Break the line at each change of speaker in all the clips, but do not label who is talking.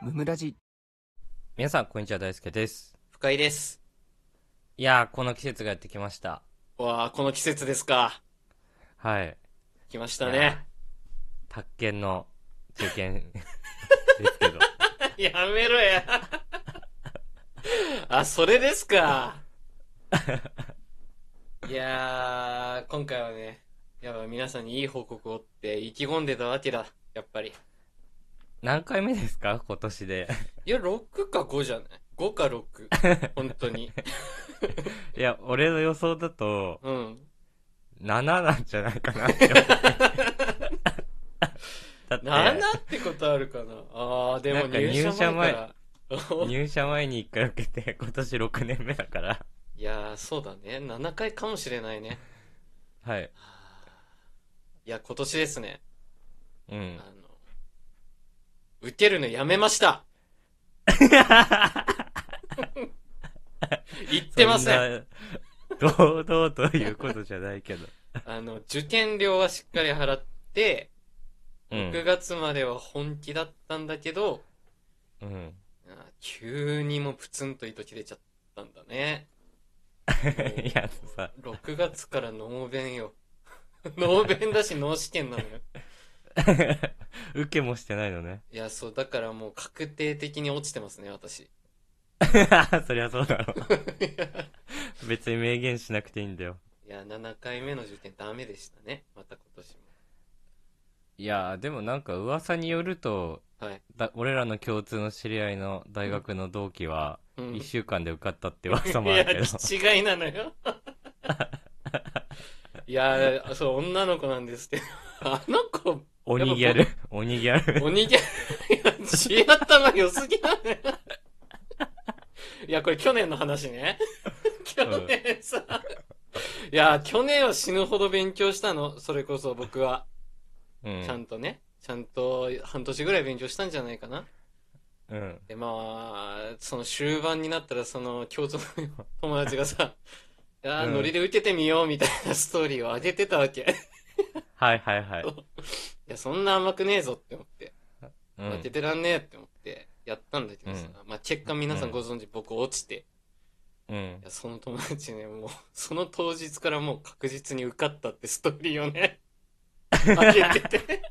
ムムラジ
皆さん、こんにちは、大輔です。
深井です。
いやー、この季節がやってきました。
わあ、この季節ですか。
はい。
来ました
い
ね。
宅建の受験です けど。
やめろや。 あ、それですか。 いやー、今回はね、やっぱ皆さんにいい報告をって意気込んでたわけだ。やっぱり。
何回目ですか今年で。
いや、6か5じゃない ?5 か6。本 当に。
いや、俺の予想だと、
うん。
7なんじゃないかなって 思って。だって、
7ってことあるかなあー、で
な
も
んか
入社前から。
入社前に1回受けて、今年6年目だから。
いやー、そうだね。7回かもしれないね。
はい。
いや、今年ですね。
うん
あ。の、受けるのやめ ました言ってません。
ん。堂々ということじゃないけど。
あの、受験料はしっかり払って、
う
6
ん。
月までは本気だったんだけど、
うん。
あ急にもうプツンと糸切れちゃったんだね。
いや、さ、
6月から能弁よ。 能弁だし能試験なのよ。
受けもしてないのね。
いや、そう、だからもう確定的に落ちてますね、私。
そりゃそうだろう。別に明言しなくていいんだよ。
いや、7回目の受験ダメでしたね。また今年
いやー、でもなんか噂によると、
も。はい。
だ俺らの共通の知り合いの大学の同期は、
うん
1週間で受かったって噂も
い
あ
や
るけど。
気違いな のよいやそう女の子なんですけどあの子
鬼ギャル、鬼ギャル。
鬼ギャルいや地頭良すぎなのよいやこれ去年の話ね去年さ、いや去年は死ぬほど勉強したのそれこそ僕は、
う
ちゃん
ん。
とねちゃんと半年ぐらい勉強したんじゃないかな
うん。
でまあその終盤になったらその共通の 友達がさ「あー
うん
ノリで受けてみよう」みたいなストーリーを上げてたわけ い
はいはいはい。
やそんな甘くねえぞって思って
う
負
ん
け。てらんねえって思ってやったんだけどさ、まあ、結果皆さんご存知僕落ちて
うん
い。やその友達ねもうその当日からもう確実に受かったってストーリー をね上げてて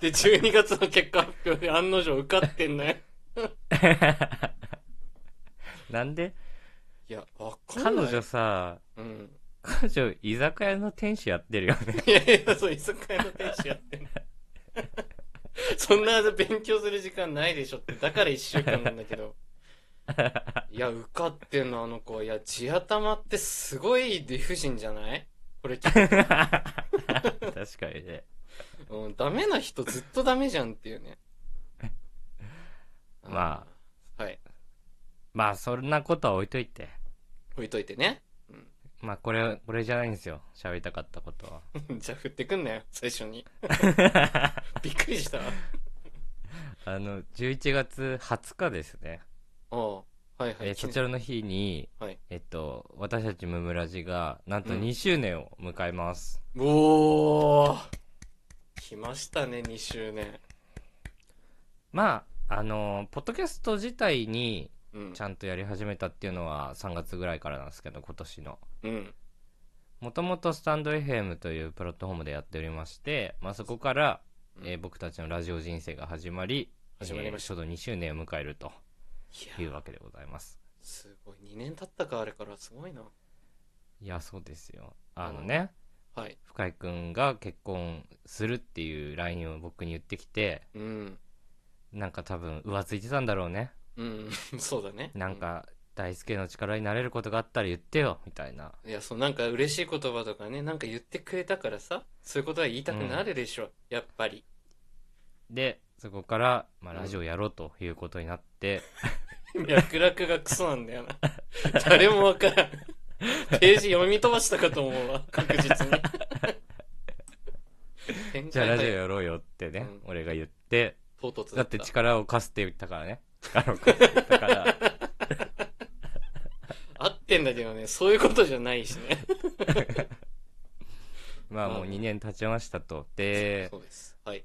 で12月の結果発表で案の定受かってんのよ
なんで
いやわかん
彼
ない
女さ、
うん
彼女居酒屋の店主やってるよ ね。
いやいや、そう、居酒屋の店主やってんの。そんな勉強する時間ないでしょって、だから一週間なんだけど。いや、受かってんの、あの子は。いや、地頭ってすごい理不尽じゃないこれ聞く、
確かにね。
うん、ダメな人ずっとダメじゃんっていうね。
ま
あ。はい。
まあ、そんなことは置いといて。
置いといてね。
まあ、これ、これじゃないんですよ。喋りたかったことは。
じゃあ振ってくんなよ、最初 に。びっくりしたわ。
あの、11月20日ですね。
おうはいはい。
えーそちらの日に、
はい
えっと、私たちムムラジが、なんと
うん
2周年を迎えます。
おー来ましたね、2周年。
まあ、あのーポッドキャスト自体に
うん
ち。ゃんとやり始めたっていうのは3月ぐらいからなんですけど、今年の。
うん。
もともとスタンド FM というプラットフォームでやっておりまして、まあ、そこから、
うん
えー僕たちのラジオ人生が始まり、
始まりま
えー
し
ちょうど2周年を迎えると
い
いう
や、
わけでございます。
すごい。2年経ったか、あれから。すごいな。
いや、そうですよ。あのね、
はい。
深井くんが結婚するっていう LINE を僕に言ってきて、
うん。
なんか多分浮ついてたんだろうね。
うん。 そうだね。
なんか、大輔の力になれることがあったら言ってよ、みたいな。
うん。いや、そう、なんか嬉しい言葉とかね、なんか言ってくれたからさ、そういうことは言いたくなるでしょ。やっぱり。
で、そこから、まあ、
うん
ラジオやろうということにな って、
脈絡がクソなんだよな。 誰もわからん。ページ読み飛ばしたかと思うわ。確 実に。展
じゃあ
開
ラジオ
早い
やろうよってね、
うん
俺が言って、
唐突
だ
だ
っ
ってた。
力を貸すって言ったからね。力を貸すって言った から。
合ってんだけどね、そういうことじゃないしね。
まあもう
うん
2年経ちましたと。で、
そうです。はい。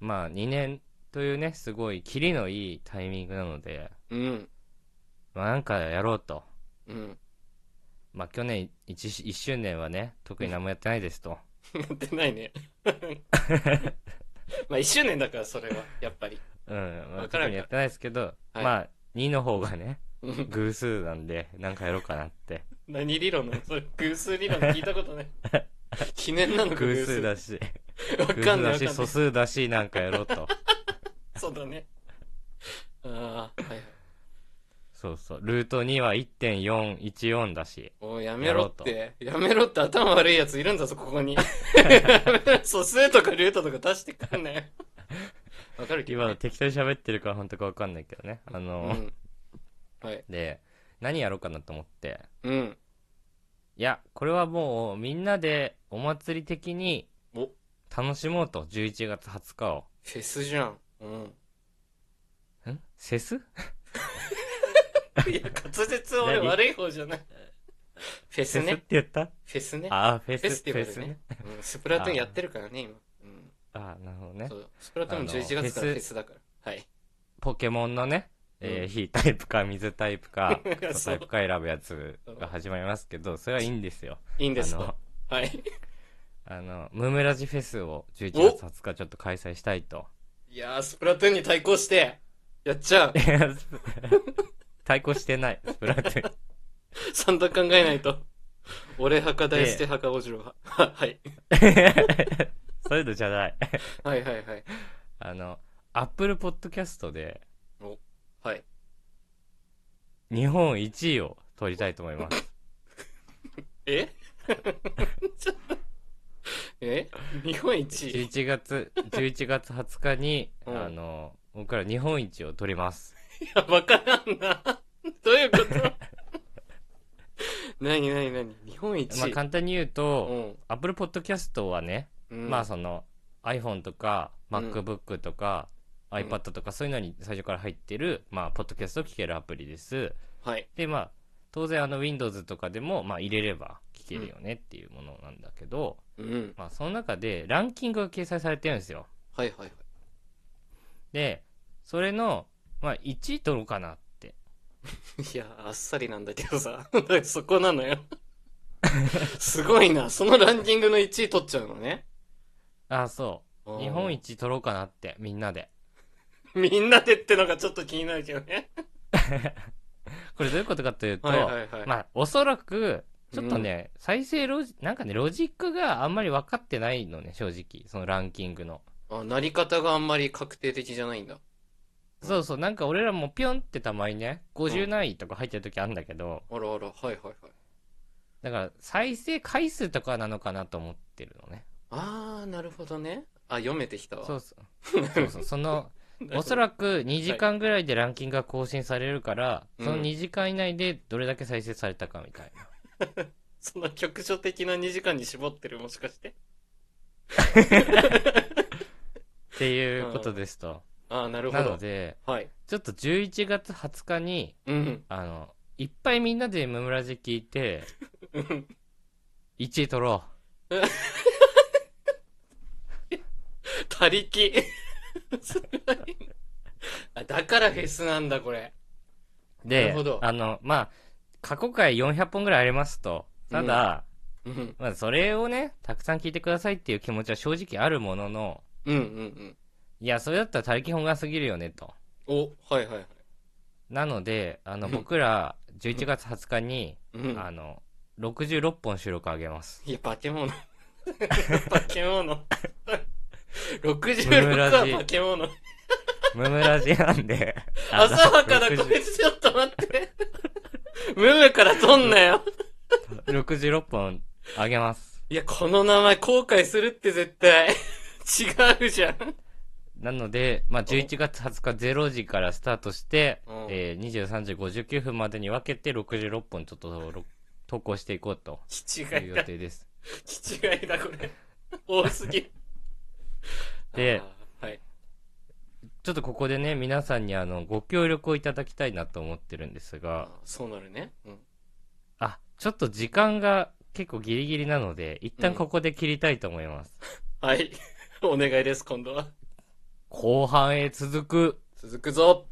まあ2年とというね、すごい、キリのいいタイミングなので、
うん。
まあ、なんかやろうと。
うん。
まあ、去年 1, 周年はね、特に何もやってないですと。
やってないね。 まあ、一周年だから、それは、やっぱり。
うん、まあ、
わか
特
らん
にやってないですけど、
はい
まあ、2の方がね、
うん
偶数なんで、なんかやろうかな って。
何理論なのそれ、偶数理論聞いたことない。記念なのか、
偶数だし、 偶
わか
数
んない、わ
だ
かん
し、
ない
素。数だし、なんかやろうと。
そうだね。ああ、はいはい。
そうそう。ルート2は1.414だし。
もうやめろって。やめろって頭悪いやついるんだぞ、こ こに。やめろ素数とかルートとか出してくんなよ。わかるけど
今
ね。
適当に喋ってるから本当かわかんないけどね。あ
う
の、
ん。はい。
で、何やろうかなと思って。
うん。
いや、これはもうみんなでお祭り的に
お、フ
楽しもうと。11月20日を。
ェスじゃん。うん。
んセス
いや、滑舌俺
何
悪い方じゃない。フ
セ
ェス
スって
ね。
言った
フェスね。
ああ、フェ
フェ
ス、
スって
フ
言
ェ
うこ
ス
と
ね
ね。。うんスプラトゥーンやってるからね、今。うん。
ああ、なるほどね
そ。う。スプラトゥーン
あの
11月から
フェス
フェスだから。はい。
ポケモンのね、えー
うん
火タイプか水タイプ か
いや
草タイプか選ぶやつが始まりますけど、それはいいんですよ。
いいんです
あの
かはい。
あの、ムームラジフェスを11月20日ちょっと開催したいと。
いやー、スプラトゥーンに対抗して、やっちゃう
い。やス対抗してない、スプラトゥーン。
三択考えないと。俺派か大捨て派か五十派。ははい。
そういうのじゃない。
はいはいはい。
あの、アップルポッドキャストで
はい。
日本1位を取りたいと思います。
え ちょっとえ日本一位
11月、11月20日に、
うん
あの、僕ら日本一を取ります。
いや、 わからんな。 どういうこと なになになに日本一
まあ
位、
簡単に言う
う
と、
ん。
アップルポッドキャストはね、
うん
まあその iPhone とか
うん
MacBook とか、
ん
iPad とかそういうのに最初から入ってる、まあ、ポッドキャストを聞けるアプリです。
はい。
で、まあ、当然あの Windows とかでも、まあ、入れれば聞けるよねっていうものなんだけど、
うん。
まあ、その中でランキングが掲載されてるんですよ。
はいはいはい。
で、それの、まあ、1位取ろうかなって。
いや、あっさりなんだけどさ。 そこなのよ。 すごいな。そのランキングの1位取っちゃうのね。
ああ、そう。日本
一
一取ろうかなって、みんなで。
みんなでってのがちょっと気になるけ どね。
これどういうことかというと、
はいはいはい。
まあ、おそらく、ちょっとね、再生ロジ、なんかね、ロジックがあんまり分かってないのね、正直。そのランキングの。
あ、なり方があんまり確定的じゃないんだ。うん
そうそう、なんか俺らもピョンってたまにね、50何位とか入ってる時あるんだけど、
あらあら、はいはいはい。
だから再生回数とかなのかなと思ってるのね。
あー、なるほどね。あ、読めてきたわ。
そうそう。そうそう。そ の、おそらく2時間ぐらいでランキングが更新されるから、
うん
その2時間以内でどれだけ再生されたかみたいな。
その局所的な2時間に絞ってる、もしかして。
っていうことですと。
あー、なるほ
なの
ど。
で、
はい。
ちょっと11月20日に、
うん。
あの、いっぱいみんなでムムラジ聞いて、
うん
1位取ろ
他力。 すごいあ、だからフェスなんだ、これ。
う。
な
で
るほど、
あの、まあ、過去回400本ぐらいありますと。ただ、
うん。
まあ、それをね、たくさん聞いてくださいっていう気持ちは正直あるものの、
うんうんうん。
いや、それだったら他力本願すぎるよね、と。
お、はいはいはい。
なので、あの、
うん
僕ら、11月20日に、
うん。
あの、66本収録あげます。
いや、化け 物。化け 物。
ムムラジ
66は化け物。
ムムラジなんで。あの
浅はかだ、こ
60
いつちょっと待って。 ムムから取んなよ。
66本あげます。
いや、この名前後悔するって絶対。 違うじゃん。
なので、まあ、11月20日0時からスタートして、
うん
えー23時59分までに分けて66本ちょっとろ投稿していこうと
気違
いう
い
予
だ。
定です。
気違いだ、これ。多すぎる。
で
あー、はい。
ちょっとここでね、皆さんにあの、ご協力をいただきたいなと思ってるんですが
あ、そうなるね。うん。
あ、ちょっと時間が結構ギリギリなので、一
う
旦
ん
ここで切りたいと思います。
はい。お願いです、今度は。
後半へ続く。
続くぞ